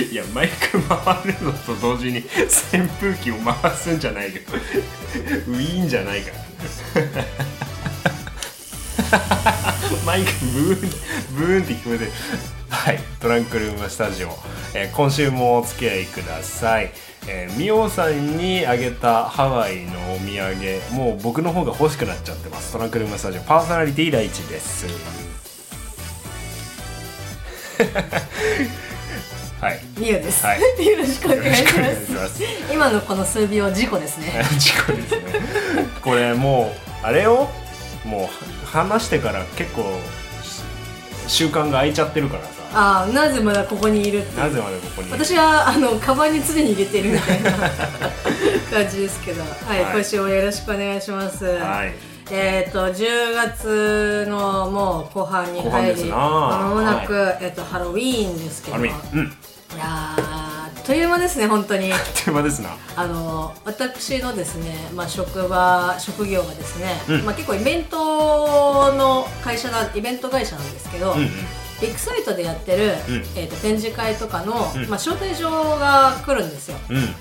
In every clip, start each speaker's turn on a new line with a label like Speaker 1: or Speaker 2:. Speaker 1: やいやマイク回るのと同時に扇風機を回すんじゃないよウィーンじゃないから マイクブーンブーンって聞こえてるはいトランクルームスタジオ、えー今週もお付き合いくださいえーミオ、さんにあげたハワイのお土産もう僕の方が欲しくなっちゃってますトランクルームスタジオパーソナリティ第一ですはい
Speaker 2: ミュウです、
Speaker 1: は
Speaker 2: よろしくお願いし
Speaker 1: よろし
Speaker 2: ま
Speaker 1: くお願いし
Speaker 2: す今のこの数秒事故ですね
Speaker 1: 事故ですねこれもうあれをもう話してから結構し習慣が空いちゃってるからさ
Speaker 2: ああなぜまだここにいるって
Speaker 1: なぜまでここに
Speaker 2: 私はあのカバンに常に入れてるみたいな 感じですけどはい、
Speaker 1: はい
Speaker 2: 今週もよろしくお願いします、
Speaker 1: はい
Speaker 2: えっ、と10月のもう後半に
Speaker 1: 後半
Speaker 2: 入
Speaker 1: です
Speaker 2: り
Speaker 1: な
Speaker 2: まもなく、えっ、とハロウィーンですけ
Speaker 1: あ
Speaker 2: ど
Speaker 1: る
Speaker 2: い
Speaker 1: 意
Speaker 2: や
Speaker 1: 味うんあ
Speaker 2: ーあっという間ですね本当に
Speaker 1: っという間ですな
Speaker 2: あの私のですね、まあ、職場職業がですね、
Speaker 1: うん
Speaker 2: まあ、結構イベントの会社なイベント会社なんですけど、
Speaker 1: うんうん
Speaker 2: ビッグサイトでやってる、
Speaker 1: うん
Speaker 2: えー、と展示会とかの、
Speaker 1: うん
Speaker 2: まあ、招待状が来るんですよ。
Speaker 1: うん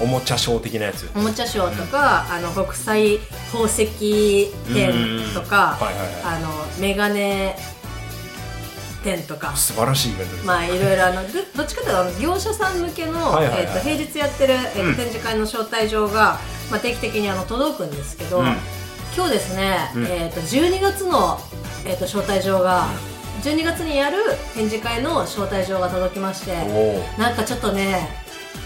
Speaker 1: おもちゃショー的なやつ
Speaker 2: おもちゃショーとか、あの国際宝石展とか、
Speaker 1: うんはいはいは
Speaker 2: あのメガネ展とか。
Speaker 1: 素晴らしいイベントです、
Speaker 2: まあいろいろあのどどっちかというとあの業者さん向けの、
Speaker 1: はいはいはい
Speaker 2: えっと平日やってる、えっと
Speaker 1: うん
Speaker 2: 展示会の招待状が、まあ、定期的にあの届くんですけど、
Speaker 1: うん
Speaker 2: 今日ですね、
Speaker 1: うん
Speaker 2: えっと12月の、えっと招待状が、12月にやる展示会の招待状が届きまして
Speaker 1: おお
Speaker 2: なんかちょっとね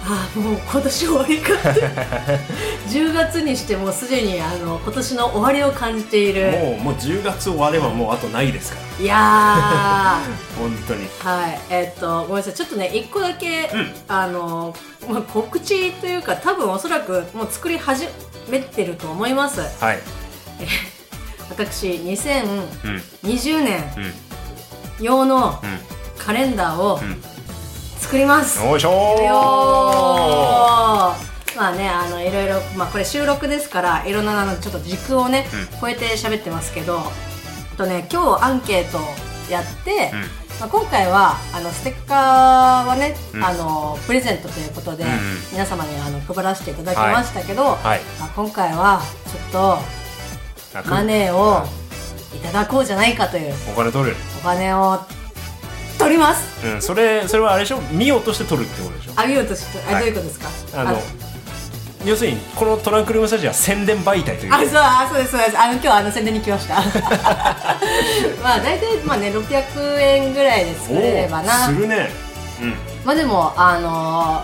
Speaker 2: ああもう今年終わりかって 10月にしてもうすでにあの今年の終わりを感じている
Speaker 1: もうもう10月終わればもうあとないですから
Speaker 2: いやー。
Speaker 1: 本当に
Speaker 2: はい、えっと、ごめんなさい、ちょっとね、一個だけ、
Speaker 1: うん
Speaker 2: あの、まあ、告知というか、多分おそらく、もう作り始めてると思います。
Speaker 1: はい
Speaker 2: 私、2020
Speaker 1: うん
Speaker 2: 年
Speaker 1: うん
Speaker 2: 用のカレンダーを
Speaker 1: ん
Speaker 2: 作ります。
Speaker 1: うんよいしょ
Speaker 2: よ
Speaker 1: ー
Speaker 2: ーまあね、あのいろいろ、まあ、これ収録ですからいろんなあのちょっと軸をね、
Speaker 1: う
Speaker 2: 超えて喋ってますけどあとね今日アンケートをやって、
Speaker 1: うん
Speaker 2: まあ、今回はあのステッカーはね、
Speaker 1: うん
Speaker 2: あのプレゼントということで、
Speaker 1: うんうん
Speaker 2: 皆様にあの配らせていただきましたけど、
Speaker 1: はい
Speaker 2: まあ、今回はちょっ
Speaker 1: あ
Speaker 2: とマネーをいただこうじゃないかという
Speaker 1: お金取る
Speaker 2: お金を取ります
Speaker 1: うんそれそれはあれでしょ見ようとして取るってことでしょ
Speaker 2: あげようとして、あ
Speaker 1: はい
Speaker 2: どういうことですか
Speaker 1: あの要するにこのトランクルームスタジオは宣伝媒体という
Speaker 2: あ、そう、あ、そうです、そうです。あの、今日、あの、宣伝に来 ました。まあ、大体、まあね、600円ぐらいで作れればな
Speaker 1: おーす。るねうん
Speaker 2: まあ、でも、あの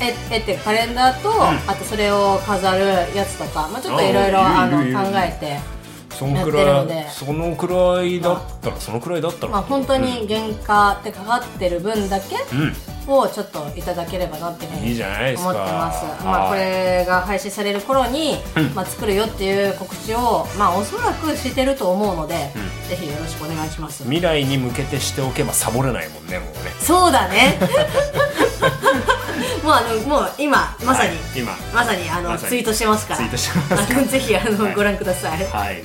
Speaker 2: ー、え、えってカレンダーと、
Speaker 1: ん
Speaker 2: あとそれを飾るやつとか、まあ、ちょっといろいろ、
Speaker 1: あー
Speaker 2: あの、
Speaker 1: いいよいいよいい
Speaker 2: 考
Speaker 1: よ
Speaker 2: えて。
Speaker 1: そのく
Speaker 2: や
Speaker 1: ら
Speaker 2: ってるので
Speaker 1: いそのくらいだったらそのくらいだったら
Speaker 2: まあ、本当に原価ってかかってる分だけ
Speaker 1: うんうん
Speaker 2: を、ちょっといただければなっていうふうに
Speaker 1: いいじゃないですか
Speaker 2: 思ってます。
Speaker 1: は
Speaker 2: まあ、
Speaker 1: い
Speaker 2: これが配信される頃に、
Speaker 1: うん
Speaker 2: まあ、作るよっていう告知を、まあ、おそらくしてると思うので、ぜひよろしくお願いします。
Speaker 1: 未来に向けてしておけばサボれないもんねもうね
Speaker 2: そうだね。 もうあのもう今まさに、
Speaker 1: はい今
Speaker 2: まさにあの
Speaker 1: まさに
Speaker 2: ツイートしてますから。
Speaker 1: ツイートしてます
Speaker 2: あのぜひあの、
Speaker 1: はい
Speaker 2: ご覧ください。はい、
Speaker 1: はい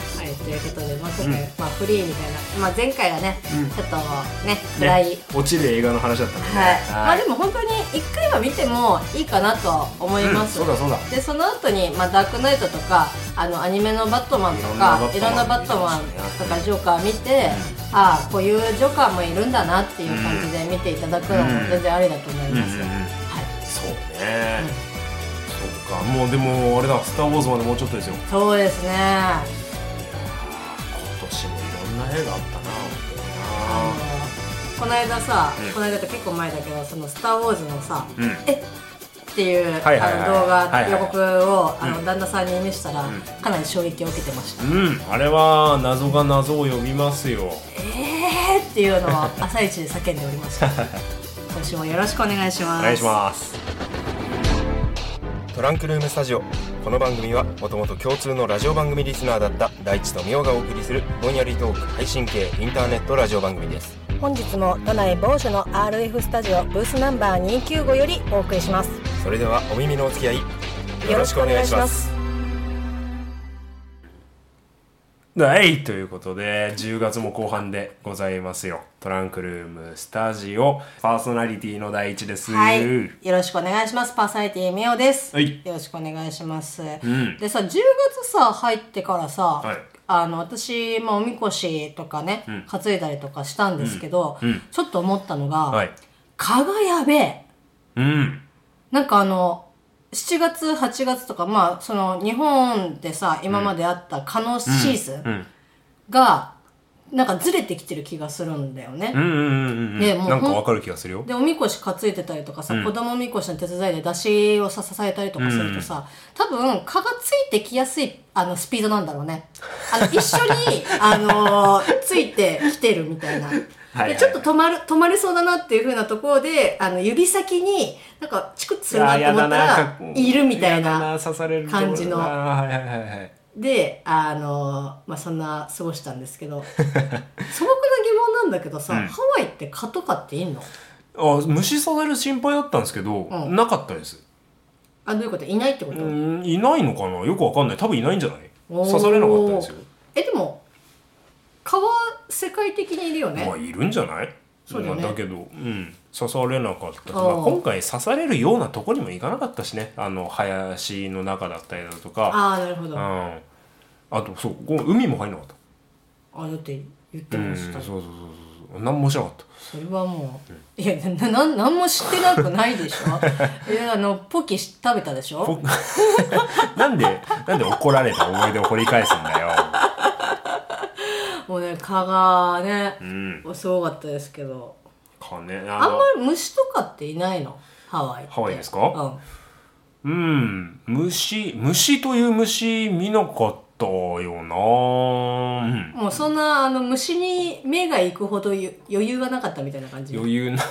Speaker 2: ということでまあ今回、
Speaker 1: うん
Speaker 2: まあフリーみたいなまあ前回はね、
Speaker 1: うん
Speaker 2: ちょっとね暗い。
Speaker 1: ね落ちる映画の話だったもんね
Speaker 2: はい、まあで
Speaker 1: も
Speaker 2: も本当に一回は見てもいいかなとは思います、
Speaker 1: そうだそうだ
Speaker 2: でその後にまあダークナイトとかあのアニメのバットマンとかい
Speaker 1: い
Speaker 2: ろ
Speaker 1: ろ
Speaker 2: ん
Speaker 1: ん
Speaker 2: な
Speaker 1: な
Speaker 2: バ
Speaker 1: バ
Speaker 2: ッ
Speaker 1: ッ
Speaker 2: ト
Speaker 1: ト
Speaker 2: マ
Speaker 1: マ
Speaker 2: ン
Speaker 1: ン
Speaker 2: とかジョーカー見て、ああこういうジョーカーもいるんだなっていう感じで見ていただくのも全然ありだと思います、
Speaker 1: うんうんうんうん
Speaker 2: はい
Speaker 1: そうね、そっかもうでもあれだ「スター・ウォーズ」までもうちょっとですよ
Speaker 2: そうですね
Speaker 1: 今年もいろんな映画あったな
Speaker 2: あ
Speaker 1: 本
Speaker 2: のこの間さ、
Speaker 1: うん
Speaker 2: この間って結構前だけど「そのスター・ウォーズ」のさ
Speaker 1: 当になうん
Speaker 2: っていう、
Speaker 1: はいはいはい
Speaker 2: あの動画、
Speaker 1: はいはい
Speaker 2: 予告をあの、
Speaker 1: うん
Speaker 2: 旦那さんに見せたら、
Speaker 1: ん
Speaker 2: かなり衝撃を受けてました、
Speaker 1: うん、あれは謎が謎を呼びますよ。
Speaker 2: えーっていうの を朝一で叫んでおりました今週もよろしくお願いします
Speaker 1: お願いします。
Speaker 3: トランクルームスタジオこの番組はもともと共通のラジオ番組リスナーだった大地とみおがお送りするぼんやりトーク配信系インターネットラジオ番組です
Speaker 2: 本日も都内某所の RF スタジオブースナンバー295よりお送りします
Speaker 3: それではお耳のお付き合いよろしくお願いします
Speaker 1: 「はい、ということで、10月も後半でございますよ。トランクルームスタジオ、パーソナリティの第一です。
Speaker 2: はい、よろしくお願いします。パーソナリティみおです。
Speaker 1: はい
Speaker 2: よろしくお願いします。
Speaker 1: ん
Speaker 2: でさ、10月さ入ってからさ、
Speaker 1: はい
Speaker 2: あの私まあおみこしとかね、担いだりとかしたんですけど、
Speaker 1: うんうん
Speaker 2: ちょっと思ったのが、
Speaker 1: はい。
Speaker 2: 蚊がやべえ。
Speaker 1: うん。
Speaker 2: なんかあの、7月、8月とか、まあ、その、日本でさ、今まであった蚊のシーズ
Speaker 1: う
Speaker 2: ン
Speaker 1: ん。
Speaker 2: が、なんかずれてきてる気がするんだよね。
Speaker 1: うんうんうんうん。
Speaker 2: ねもう
Speaker 1: なんかわかる気がするよ。
Speaker 2: でおみこし担いでたりとかさ、
Speaker 1: うん
Speaker 2: 子供みこしの手伝いで出しをさ支えたりとかするとさ、多分蚊がついてきやすいあのスピードなんだろうねあの一緒に、あのーついてきてるみたいな。
Speaker 1: はいはい
Speaker 2: でちょっと止まる止まりそうだなっていう風なところであの指先になんかチクッつするなと思ったらいるみたい
Speaker 1: やだ
Speaker 2: な
Speaker 1: な刺される
Speaker 2: 感じの
Speaker 1: はいはいはいはい。
Speaker 2: であのーまあそんな過ごしたんですけ ど素朴な疑問なんだけどさ、
Speaker 1: うん
Speaker 2: ハワイって蚊とかっていんの
Speaker 1: あ虫刺される心配だったんですけど、
Speaker 2: うん
Speaker 1: なかったです、
Speaker 2: あどういうこといないってこと、
Speaker 1: うん、いないのかなよくわかんない多分いないんじゃない
Speaker 2: おー
Speaker 1: 刺されなかったんですよ
Speaker 2: えでも蚊は世界的にいるよね
Speaker 1: まあいるんじゃない
Speaker 2: そうだよね
Speaker 1: まあだけど、うん、刺されなかったし、まあ、
Speaker 2: うん
Speaker 1: 今回刺されるようなとこにも行かなかったしねあの林の中だったりだとか
Speaker 2: ああなるほど
Speaker 1: うん、
Speaker 2: あ
Speaker 1: あとそうこう海も入んなかった
Speaker 2: だって言って
Speaker 1: うん
Speaker 2: ま
Speaker 1: そ
Speaker 2: し
Speaker 1: う
Speaker 2: た
Speaker 1: そう
Speaker 2: そ
Speaker 1: そうそう何もしなかった
Speaker 2: れはもういやな ななんも知ってなくない でしょいやあのポキし食べたでしょ
Speaker 1: 僕なんで なんで怒られた思い出を掘り返すんだよ、
Speaker 2: もうね蚊がね
Speaker 1: うん、
Speaker 2: すごかったですけど
Speaker 1: かね
Speaker 2: あ
Speaker 1: あ
Speaker 2: ん
Speaker 1: の
Speaker 2: まり虫とかっていないのハワイって
Speaker 1: ハワイですか
Speaker 2: う
Speaker 1: う
Speaker 2: ん
Speaker 1: ん、虫、虫という虫見なかったよなうん
Speaker 2: もうそんなあの虫に目が行くほどゆ余裕がなかったみたいな感じ
Speaker 1: 余裕な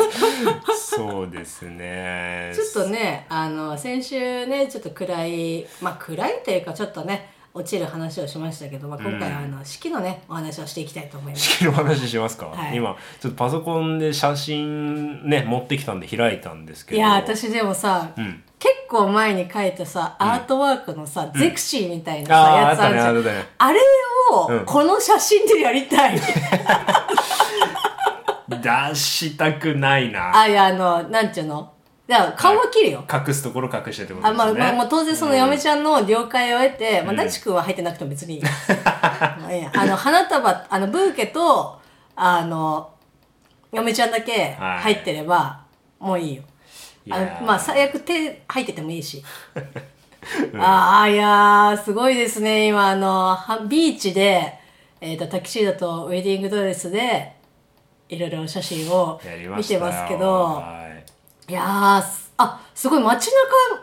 Speaker 1: そうですね。
Speaker 2: ちょっとね、あの、先週ね、ちょっと暗い、まあ暗いというかちょっとね、落ちる話をしましたけど、まあ今回はあの、式のね、お話をしていきたいと思います。
Speaker 1: 式の話しますか、
Speaker 2: はい
Speaker 1: 今、ちょっとパソコンで写真ね、持ってきたんで開いたんですけ
Speaker 2: い
Speaker 1: ど。
Speaker 2: や、。私でもさ、
Speaker 1: うん。
Speaker 2: 結構前に書いたさ、アートワークのさ、ゼクシーみたいなさ、
Speaker 1: ああー、あ
Speaker 2: や
Speaker 1: っ
Speaker 2: つあ
Speaker 1: た
Speaker 2: る
Speaker 1: ね、
Speaker 2: じゃ
Speaker 1: あ
Speaker 2: ん。
Speaker 1: ったね。
Speaker 2: あれ
Speaker 1: う
Speaker 2: を、
Speaker 1: ん
Speaker 2: この写真でやり たい。
Speaker 1: 出したくないな。
Speaker 2: あ、いや、あの、なんちゅうのだから顔は切るよ。
Speaker 1: 隠すところ隠してってこと
Speaker 2: あ
Speaker 1: です
Speaker 2: まあ
Speaker 1: よね。
Speaker 2: まあ、まあ、当然その嫁ちゃんの了解を得て、まあ、
Speaker 1: うん
Speaker 2: なちくんは入ってなくても 別にいい。まあいいやあの、花束、あの、ブーケと、あの、嫁ちゃんだけ
Speaker 1: はい
Speaker 2: 入ってれば、もういいよ。
Speaker 1: い
Speaker 2: あ
Speaker 1: やー
Speaker 2: のまあ、最悪手入っててもい いし。ああ、いやー、すごいですね。今、あの、はビーチで、えっ、と、タキシードとウェディングドレスで、いろいろお写真を
Speaker 1: やりま
Speaker 2: 見
Speaker 1: した
Speaker 2: て
Speaker 1: よ
Speaker 2: ますけど、
Speaker 1: はい
Speaker 2: いやー、すあ、すごい街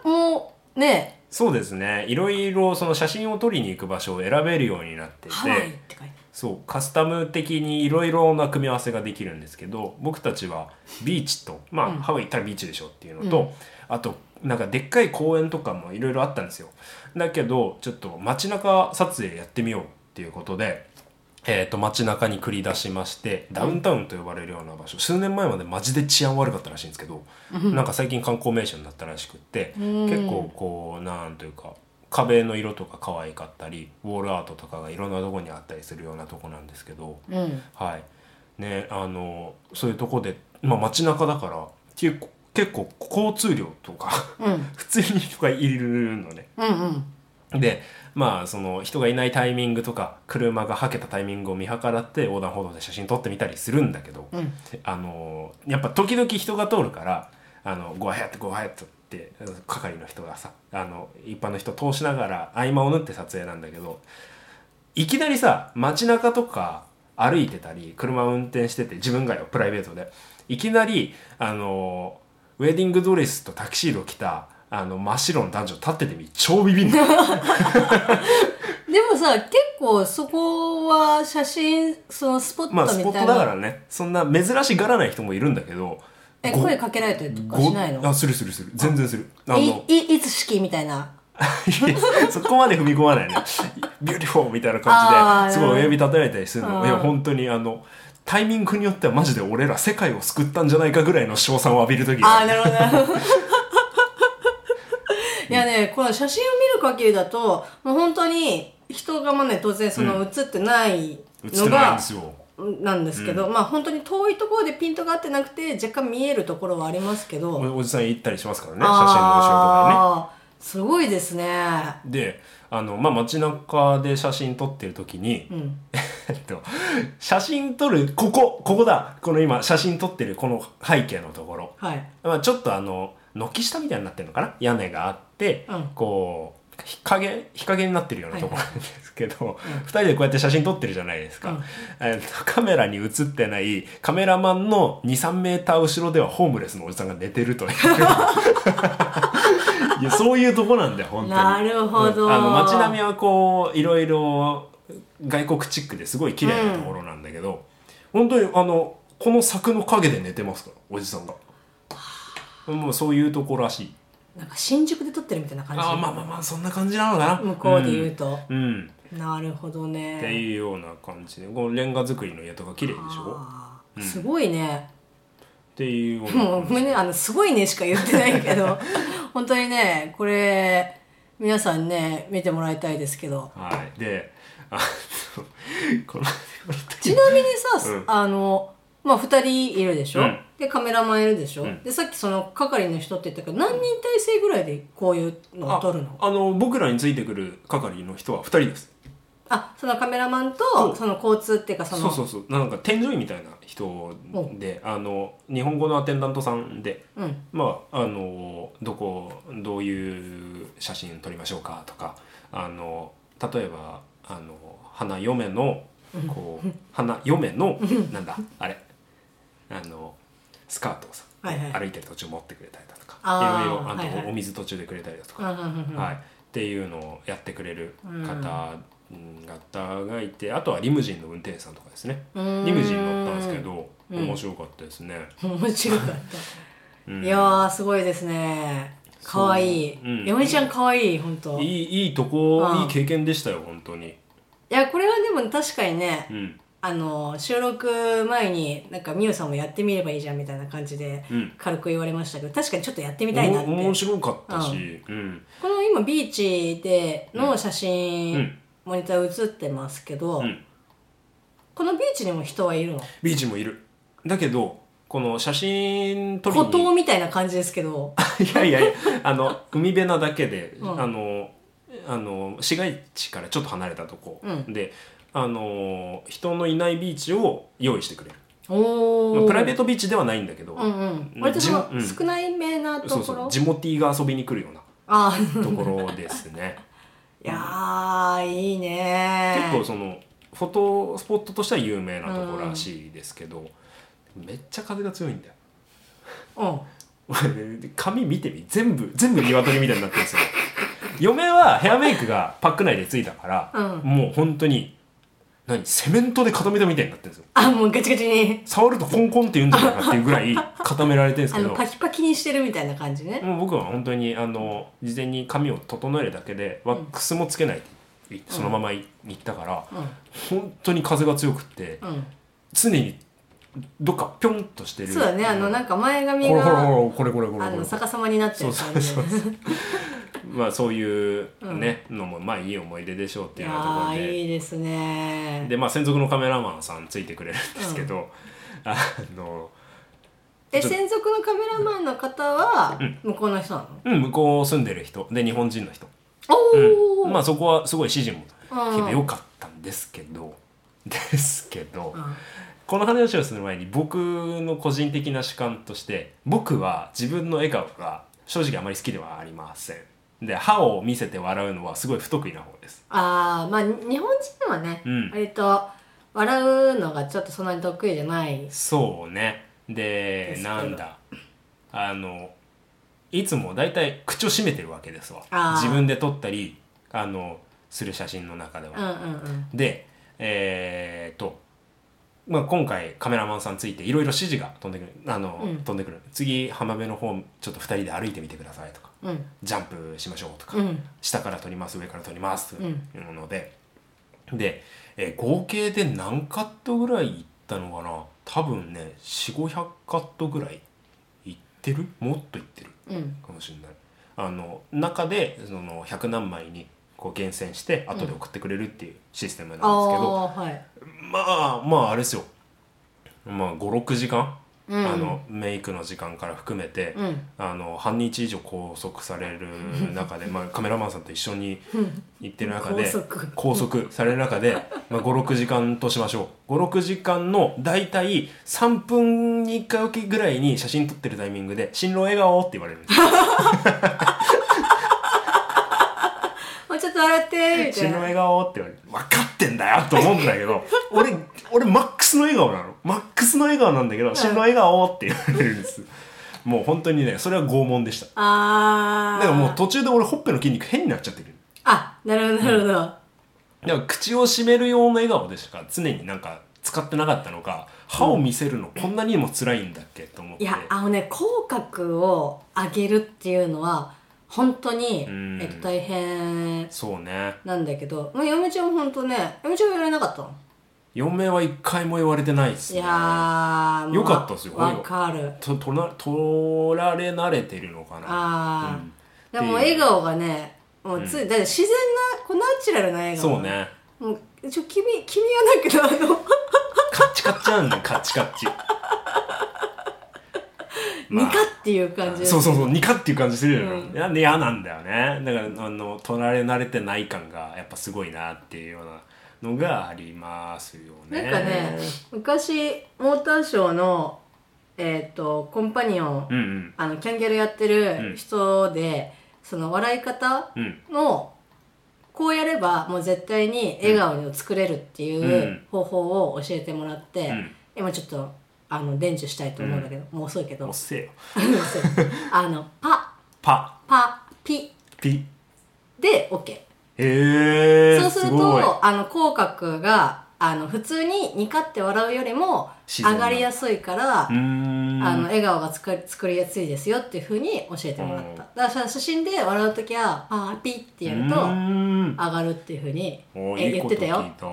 Speaker 2: 中も、ね、
Speaker 1: そうですね。いろいろその写真を撮りに行く場所を選べるようになってて、
Speaker 2: ハワイって書いて
Speaker 1: そう、カスタム的にいろいろな組み合わせができるんですけど、僕たちはビーチと、まあ、ハワイ行ったらビーチでしょっていうのと、あと、なんかでっかい公園とかもいろいろあったんですよ。だけど、ちょっと街中撮影やってみようっていうことで、えー、と街中に繰り出しましてダウンタウンと呼ばれるような場所、数年前までマジで治安悪かったらしいんですけど、なんか最近観光名所になったらしくって、結構こうなんというか壁の色とか可愛かったりウォールアートとかがいろんなとこにあったりするようなとこなんですけど、
Speaker 2: ある。うん。
Speaker 1: はいねあのそういうとこで、まあ、街中だから結構結構交通量とか
Speaker 2: うん。
Speaker 1: 普通に人がいるのね。
Speaker 2: うんうん。
Speaker 1: でまあその人がいないタイミングとか車がはけたタイミングを見計らって横断歩道で写真撮ってみたりするんだけど、
Speaker 2: うん
Speaker 1: あのやっぱ時々人が通るから「あのごはやってごはやって」って係の人がさあの一般の人通しながら合間を縫って撮影なんだけどいきなりさ街中とか歩いてたり車運転してて自分がよプライベートでいきなりあのウェディングドレスとタキシード着たあの真っ白の男女立っててみ超ビビんだ
Speaker 2: でもさ、結構そこは写真、そのスポット
Speaker 1: まあスポッ
Speaker 2: みたい
Speaker 1: ト
Speaker 2: な。
Speaker 1: だからねそんな珍しがらない人もいるんだけど
Speaker 2: え、
Speaker 1: ご
Speaker 2: 声かけられたりとかしない
Speaker 1: ご
Speaker 2: の
Speaker 1: あするするする全然するあ
Speaker 2: い
Speaker 1: の
Speaker 2: いいつ式みたいな。
Speaker 1: そこまで踏み込まないねビューティフォーみたいな感
Speaker 2: あー
Speaker 1: じですごい親指立てられたりする
Speaker 2: う
Speaker 1: の
Speaker 2: ん
Speaker 1: いや本当にあのタイミングによってはマジで俺ら世界を救ったんじゃないかぐらいの称賛を浴びる時
Speaker 2: あ
Speaker 1: が
Speaker 2: あ、なるほどなるほど。 いやね、この写真を見る限りだと、もう本当に、人がまあね当然その映ってない
Speaker 1: 映っ
Speaker 2: の
Speaker 1: てないん
Speaker 2: が
Speaker 1: で、すよ
Speaker 2: なんですけど、まあ本当に遠いところでピントが合ってなくて若干見えるところはありますけど、
Speaker 1: おおじさん行ったりしますからね写真の後ろとかね
Speaker 2: ああすごいですね。
Speaker 1: であの、まあ、街中で写真撮ってる時に、
Speaker 2: ん
Speaker 1: えっと写真撮るここここだこの今写真撮ってるこの背景のところ、
Speaker 2: はい。
Speaker 1: まあ、ちょっとあの軒下みたいになってるのかな屋根があって、
Speaker 2: うん
Speaker 1: こう日陰日陰になってるようなところなんですけど、2人でこうやって写真撮ってるじゃないですか、
Speaker 2: うん
Speaker 1: えっとカメラに映ってないカメラマンの23メーター後ろではホームレスのおじさんが寝て るといういやそういうとこなんだよ本当に
Speaker 2: なるほど
Speaker 1: うんあの街並みはこういろいろ外国チックですごい綺麗なところなんだけど、本当にあのこの柵の陰で寝てますからおじさんがもうそういうとこらしい
Speaker 2: なんか新宿で撮ってるみたいな感じ。
Speaker 1: あーまあまあまあそんな感じなのかな
Speaker 2: 向こうで言うと、
Speaker 1: うん、うん
Speaker 2: なるほどね。
Speaker 1: っていうような感じでこのレンガ造りの家とか綺麗でしょ
Speaker 2: あーすごいね。
Speaker 1: っていうような
Speaker 2: もうごめんね、あの、すごいねしか言ってない けど、本当にね、これ、皆さんね、見てもらいたいですけど。
Speaker 1: はいであのこの
Speaker 2: ちなみにさ、
Speaker 1: うん
Speaker 2: あの、まあ、二人いるでしょ、
Speaker 1: うん
Speaker 2: で、カメラマンいるでしょ、
Speaker 1: うん
Speaker 2: で、さっきその係の人って言ったけど、何人体制ぐらいでこういうのを撮るの
Speaker 1: ああの僕らについてくる係の人は2人です
Speaker 2: あ、そのカメラマン
Speaker 1: そ
Speaker 2: と、
Speaker 1: う
Speaker 2: その交通っていうか、そ
Speaker 1: そ
Speaker 2: の、
Speaker 1: うそうそうなんか添乗員みたいな人であの日本語のアテンダントさんで
Speaker 2: うん。
Speaker 1: まああのどこどういう写真撮りましょうかとかあの例えばあの花嫁のこう花嫁のなんだあれあのスカートをさ
Speaker 2: はいはい
Speaker 1: 歩いてる途中持ってくれたりだとか
Speaker 2: あ
Speaker 1: い
Speaker 2: ー
Speaker 1: ろいろあ
Speaker 2: はいはい
Speaker 1: とお水途中でくれたりだと
Speaker 2: うん
Speaker 1: か
Speaker 2: うんうんうん
Speaker 1: はい、っていうのをやってくれる方々がいて、あとはリムジンの運転手さんとかですね
Speaker 2: うーん
Speaker 1: リムジン乗ったんですけど
Speaker 2: うん
Speaker 1: 面白かったですね、
Speaker 2: 面白かっ
Speaker 1: う
Speaker 2: た。
Speaker 1: ん
Speaker 2: いやー、すごいですね。かわいい
Speaker 1: そううん。
Speaker 2: よみちゃんかわいい、本当
Speaker 1: い
Speaker 2: い
Speaker 1: いいいとこ
Speaker 2: うん
Speaker 1: いい経験でしたよ本当に
Speaker 2: や、これはでも確かにね、
Speaker 1: うん
Speaker 2: あの、収録前に、なんか、みゆさんもやってみればいいじゃんみたいな感じで
Speaker 1: うん、
Speaker 2: 軽く言われましたけど、確かにちょっとやってみ
Speaker 1: お
Speaker 2: たいなって。
Speaker 1: 面白かったし、うん
Speaker 2: この今、ビーチでの写真、
Speaker 1: うん
Speaker 2: モニター映ってますけど、
Speaker 1: うん、
Speaker 2: このビーチにも人はいるの
Speaker 1: ビーチもいるだけどこの写真撮り
Speaker 2: 孤
Speaker 1: に
Speaker 2: 島みたいな感じですけ ど。
Speaker 1: いやいやいや、あ の、海辺なだけで、
Speaker 2: うん
Speaker 1: あの、あの、市街地からちょっと離れたとこ、
Speaker 2: うん
Speaker 1: で、あの、人のいないビーチを用意してくれる。
Speaker 2: お
Speaker 1: まあプライベー
Speaker 2: ト
Speaker 1: トビーチではないんだけど、
Speaker 2: うんうん。割とその
Speaker 1: じ、うん
Speaker 2: 少ないめなとこ
Speaker 1: そ
Speaker 2: ろ
Speaker 1: うそう、ジモティーが遊びに来るような
Speaker 2: あ
Speaker 1: ところですね。
Speaker 2: いやー、いいね
Speaker 1: 結構その、フォトスポットとしては有名なところらしいですけど、めっちゃ風が強いんだよ。
Speaker 2: うん。
Speaker 1: 俺ね 髪見てみ全部全部鶏みたいになってるんですよ嫁はヘアメイクがパック内でついたから、
Speaker 2: う
Speaker 1: もう本当に何セメントで固めたみたいになってるんですよ
Speaker 2: あ、もうガチガチに、
Speaker 1: 触るとコンコンって言うんじゃないかっていうぐらい固められてるんです
Speaker 2: あ
Speaker 1: け
Speaker 2: の、
Speaker 1: ど
Speaker 2: パキパキにしてるみたいな感じね。
Speaker 1: もう僕は本当にあの事前に髪を整えるだけでワックスもつけないってそのままい行ったから、本当に風が強くって
Speaker 2: うん。うん。
Speaker 1: 常にどっかピョンとしてる
Speaker 2: そうだね、あの、なんか前
Speaker 1: ほ
Speaker 2: 髪
Speaker 1: らほら
Speaker 2: が、
Speaker 1: ほらこれこれこれこれ
Speaker 2: あの、逆さまになってる感じ
Speaker 1: そ
Speaker 2: ね
Speaker 1: う。まあそういうね、のもまあいい思い出でしょうって
Speaker 2: い
Speaker 1: いう
Speaker 2: や
Speaker 1: ようなところ
Speaker 2: ー、
Speaker 1: で
Speaker 2: いいですね。
Speaker 1: でまあ専属のカメラマンさんついてくれるんですけど、あの
Speaker 2: え、
Speaker 1: ちょっと
Speaker 2: 専属のカメラマンの方は、向こうの人なの
Speaker 1: うん向こう住んでる人で日本人の人、
Speaker 2: おー
Speaker 1: まあそこはすごい指示も
Speaker 2: うん
Speaker 1: 良かったんですけどですけど、
Speaker 2: うん
Speaker 1: この話をする前に僕の個人的な主観として僕は自分の笑顔が正直あまり好きではありませんで歯を見せて笑うのはすごい不得意な方です
Speaker 2: あー、まあ、日本人はね
Speaker 1: うん、
Speaker 2: 割と、笑うのがちょっとそんなに得意じゃない。
Speaker 1: そうねで
Speaker 2: ですけど
Speaker 1: なんだあのいつもだいたい口を閉めてるわけですわ
Speaker 2: あー
Speaker 1: 自分で撮ったりあのする写真の中で
Speaker 2: うんうん
Speaker 1: は、
Speaker 2: うん。
Speaker 1: でえー、っと、まあ、今回カメラマンさんついていろいろ指示が飛んでくるあの、
Speaker 2: うん
Speaker 1: 飛んでくる次浜辺の方ちょっと2人で歩いてみてくださいとか
Speaker 2: うん。
Speaker 1: ジャンプしましょうとか、
Speaker 2: うん
Speaker 1: 下から撮ります上から撮りますと
Speaker 2: う
Speaker 1: い
Speaker 2: ん
Speaker 1: うので、で、えー合計で何カットぐらいいったのかな多分ね4500カットぐらいいってるもっといってる
Speaker 2: うん。
Speaker 1: かもしれないあの中でその100何枚にここう厳選して後で送ってくれるっていうシステムなんですけ
Speaker 2: あ
Speaker 1: ど、
Speaker 2: あはい
Speaker 1: まあまああれですよまあ56時間、
Speaker 2: うん
Speaker 1: あのメイクの時間から含めて、
Speaker 2: うん
Speaker 1: あの半日以上拘束される中 で、まあ、カメラマンさんと一緒に行ってる中で
Speaker 2: 拘束
Speaker 1: 拘束される中で、まあ、56時間としましょう56時間の大体3分に1回おきぐらいに写真撮ってるタイミングで「新郎笑顔」って言われるんですよ
Speaker 2: もうちょっと笑ってみた
Speaker 1: 死
Speaker 2: い
Speaker 1: の
Speaker 2: な
Speaker 1: 笑顔って言われて分かってんだよと思うんだけど 俺俺マックスの笑顔なのマックスの笑顔なんだけど死の笑顔って言われるんですもう本当にねそれは拷問でした
Speaker 2: ああ
Speaker 1: だからもう途中で俺ほっぺの筋肉変になっちゃってる
Speaker 2: あなるほどなるほど、
Speaker 1: だから口を閉める用の笑顔でしか常になんか使ってなかったのか歯を見せるのこんなにも辛いんだっけと思って
Speaker 2: いやあのね口角を上げるっていうのは本当に、
Speaker 1: うん
Speaker 2: えっと、大変
Speaker 1: そうね
Speaker 2: なんだけどもう嫁ちゃんも本当ね嫁ちゃんは言われなかったの
Speaker 1: 嫁は一回も言われてないです
Speaker 2: い
Speaker 1: ね
Speaker 2: やーもう
Speaker 1: よかったっすよ
Speaker 2: わかる
Speaker 1: ととな取られ慣れてるのかな
Speaker 2: あ
Speaker 1: うん
Speaker 2: あ、でも
Speaker 1: ってい
Speaker 2: 笑
Speaker 1: う
Speaker 2: 顔がねもうつい、だって自然なこうナチュラルな笑顔
Speaker 1: そうね
Speaker 2: もうちょ君君はだけどあの
Speaker 1: カッチカッチなんだよカッチカ ッチ まあ
Speaker 2: ニカっていう感じ
Speaker 1: そうそうそうニカっていう感じするよ、
Speaker 2: うん
Speaker 1: いやで嫌なんだよねだからあの取られ慣れてない感がやっぱすごいなっていうようなのがありますよ
Speaker 2: なん
Speaker 1: ね
Speaker 2: かね昔モーターショーのえっ、とコンパニオン、
Speaker 1: うんうん
Speaker 2: あのキャンギャルやってる人で、その笑い方
Speaker 1: うん
Speaker 2: のこうやればもう絶対に笑顔を作れるってい
Speaker 1: うん
Speaker 2: う方法を教えてもらって、
Speaker 1: うん
Speaker 2: 今ちょっとあの伝授したいと思うんだけど、もう遅いけど
Speaker 1: おっせえよ
Speaker 2: あのパ
Speaker 1: パ
Speaker 2: パピ
Speaker 1: ピ
Speaker 2: で OK、
Speaker 1: へえ
Speaker 2: そうする
Speaker 1: ごい
Speaker 2: とあの口角があの普通にニカって笑うよりも
Speaker 1: 自然
Speaker 2: 上
Speaker 1: な
Speaker 2: がりやすいから、
Speaker 1: うーん
Speaker 2: あの笑顔が作り作りやすいですよっていうふうに教えてもらった、だから写真で笑う時はパーピってやると
Speaker 1: うーん
Speaker 2: 上がるっていうふうに
Speaker 1: お
Speaker 2: え
Speaker 1: いい
Speaker 2: 言っ
Speaker 1: こと
Speaker 2: て
Speaker 1: 聞
Speaker 2: た
Speaker 1: い
Speaker 2: よ
Speaker 1: た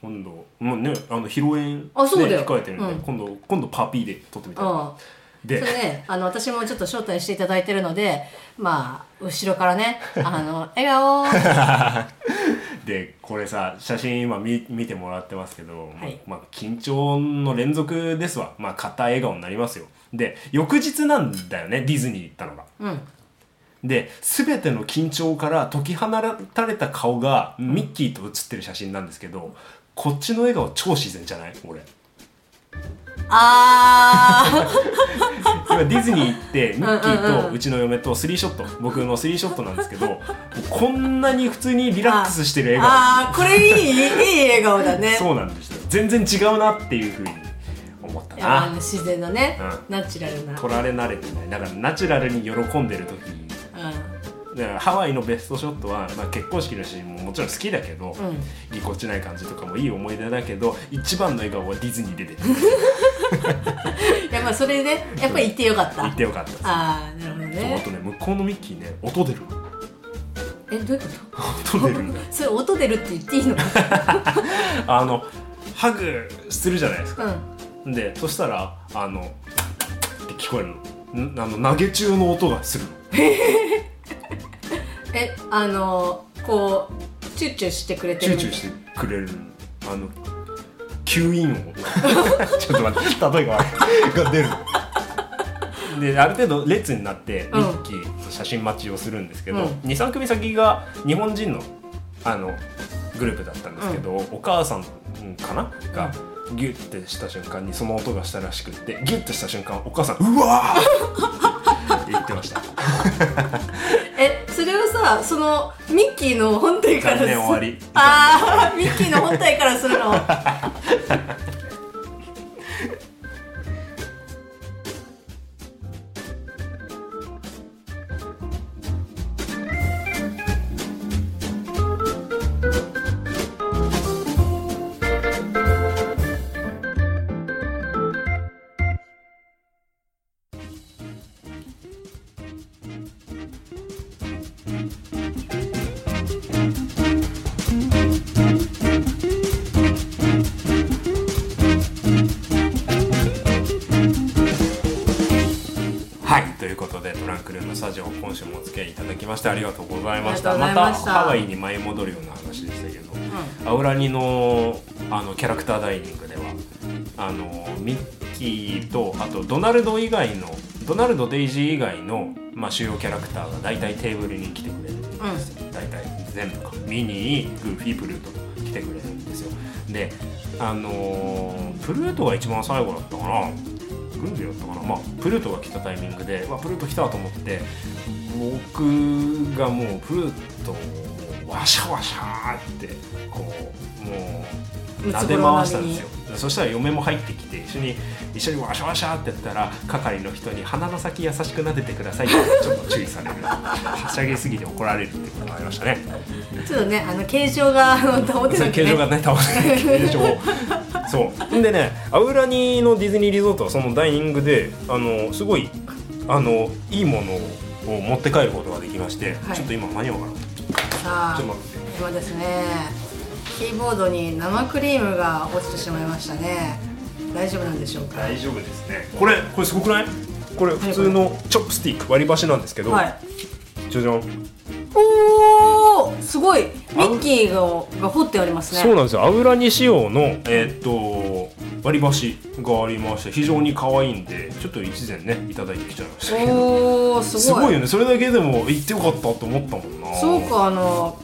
Speaker 1: 今度もうねあの披露宴ね
Speaker 2: あそうだよ
Speaker 1: 控えてるんで、
Speaker 2: うん
Speaker 1: 今度今度パピーで撮ってみたい
Speaker 2: うん
Speaker 1: な
Speaker 2: そ
Speaker 1: で
Speaker 2: れねあの私もちょっと招待していただいてるのでまあ後ろからねあの笑顔
Speaker 1: でこれさ写真今見見てもらってますけど、
Speaker 2: はい
Speaker 1: まあ、緊張の連続ですわまあ硬い笑顔になりますよで翌日なんだよねディズニー行ったのが
Speaker 2: うん
Speaker 1: で全ての緊張から解き放たれた顔がミッキーと写ってる写真なんですけどこっちの笑顔超自然じゃない俺
Speaker 2: あ
Speaker 1: 今ディズニー行ってミッキ
Speaker 2: うんう
Speaker 1: ー
Speaker 2: んう
Speaker 1: と
Speaker 2: ん
Speaker 1: うちの嫁とスリーショット僕のスリーショットなんですけどこんなに普通にリラックスしてる
Speaker 2: ー
Speaker 1: 笑顔
Speaker 2: あーこれいいいい笑顔だね
Speaker 1: そうなんですよ全然違うなっていうふうに思った
Speaker 2: いや
Speaker 1: な
Speaker 2: あの自然なね、
Speaker 1: う
Speaker 2: ナチュラルな、
Speaker 1: 取られ慣れてないだからナチュラルに喜んでる時
Speaker 2: う
Speaker 1: だからハワイのベストショットは、まあ、結婚式のシーンももちろん好きだけど、ぎこちない感じとかもいい思い出だけど一番の笑顔はディズニーで出てる
Speaker 2: ん、いやまあそれで、やっぱり行ってよかった
Speaker 1: 行ってよかったです
Speaker 2: ああなるほ
Speaker 1: そう
Speaker 2: ど
Speaker 1: あ
Speaker 2: ね
Speaker 1: とね向こうのミッキーね音出る
Speaker 2: えどういうこ
Speaker 1: 音出るんだよ
Speaker 2: とそれ音出るって言っていいのか
Speaker 1: あのハグするじゃないですか
Speaker 2: なうん
Speaker 1: でそしたらあのって聞こえるのんあの投げ中の音がするの
Speaker 2: えあのこうチューチューしてくれて
Speaker 1: チ
Speaker 2: る
Speaker 1: ュ
Speaker 2: み
Speaker 1: ー
Speaker 2: たい
Speaker 1: チュー
Speaker 2: な
Speaker 1: してくれるあの吸引音 ちょっと待って例えが悪いが出るである程度列になって
Speaker 2: うん
Speaker 1: ミッキーと写真待ちをするんですけど、
Speaker 2: うん
Speaker 1: 23組先が日本人のあのグループだったんですけど、お母さんかながギュッてした瞬間にその音がしたらしくってギュッてした瞬間お母さん「うわー!」って言ってました
Speaker 2: えそれはさそのミッキーの本体から
Speaker 1: 残念終わり
Speaker 2: ああミッキーの本体からするの
Speaker 1: 「はいということでトランクルームスタジオ今週もお付き合いいただきましてありがとうございました
Speaker 2: ありがとうござ
Speaker 1: た
Speaker 2: いました
Speaker 1: ハワイに舞い戻るような話でしたけど、
Speaker 2: ん
Speaker 1: アウラニのあのキャラクターダイニングではあのミッキーとあとドナルド以外のドナルド・デイジー以外の、まあ、主要キャラクターが大体テーブルに来てくれるんですよ、大体全部かミニーグーフィープルート来てくれるんですよであのープルートが一番最後だったかな軍でだったかな、まあ、プルートが来たタイミングで、まあ、プルート来たと思って僕がもうプルートをもうワシャワシャーってこうもう
Speaker 2: ム
Speaker 1: 撫
Speaker 2: ツ
Speaker 1: で
Speaker 2: ゴロウ
Speaker 1: 回
Speaker 2: 並みに
Speaker 1: したんですよそしたら嫁も入ってきて一緒に一緒にワシャワシャーってやったら係の人に鼻の先優しく撫でてくださいってちょっと注意されるはしゃぎすぎて怒られるってことがありましたね
Speaker 2: ちょっとねあの形状があの保て
Speaker 1: そ
Speaker 2: な
Speaker 1: う
Speaker 2: くて
Speaker 1: 形状が
Speaker 2: ね
Speaker 1: ね倒せない形状をそうでねアウラニのディズニーリゾートはそのダイニングであのすごいあのいいものを持って帰ることができまして、
Speaker 2: はい
Speaker 1: ちょっと今間に合うかなち
Speaker 2: さ
Speaker 1: ょっ
Speaker 2: あ
Speaker 1: と待って
Speaker 2: 今ですねキーボードに生クリームが落ちてしまいましたね大丈夫なんでしょうか
Speaker 1: 大丈夫ですねこれこれすごくないこれ普通のチョップスティック割り箸なんですけど、
Speaker 2: はい
Speaker 1: じゃじゃん、
Speaker 2: おーすごいミ
Speaker 1: あ
Speaker 2: ッキーがが彫ってありますね
Speaker 1: そうなんですよアウラニ仕様のえーっと割り箸がありまして非常に可愛いんでちょっと一膳ねいただいてきちゃいましたけど
Speaker 2: おーすごい
Speaker 1: すごいよねそれだけでも行ってよかったと思ったもんな
Speaker 2: すごくあの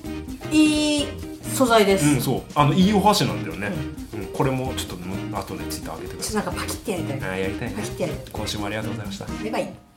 Speaker 2: いい素材です、
Speaker 1: うん、そう、あのいいお箸なんだよね。うん、これもちょっと後でツイッター上げてくだ
Speaker 2: ちょっと
Speaker 1: さ
Speaker 2: なんかパキってやりたい
Speaker 1: い。あー、やりたいね
Speaker 2: パキ。ってやる
Speaker 1: 今週もありがとうございました。
Speaker 2: バイバイ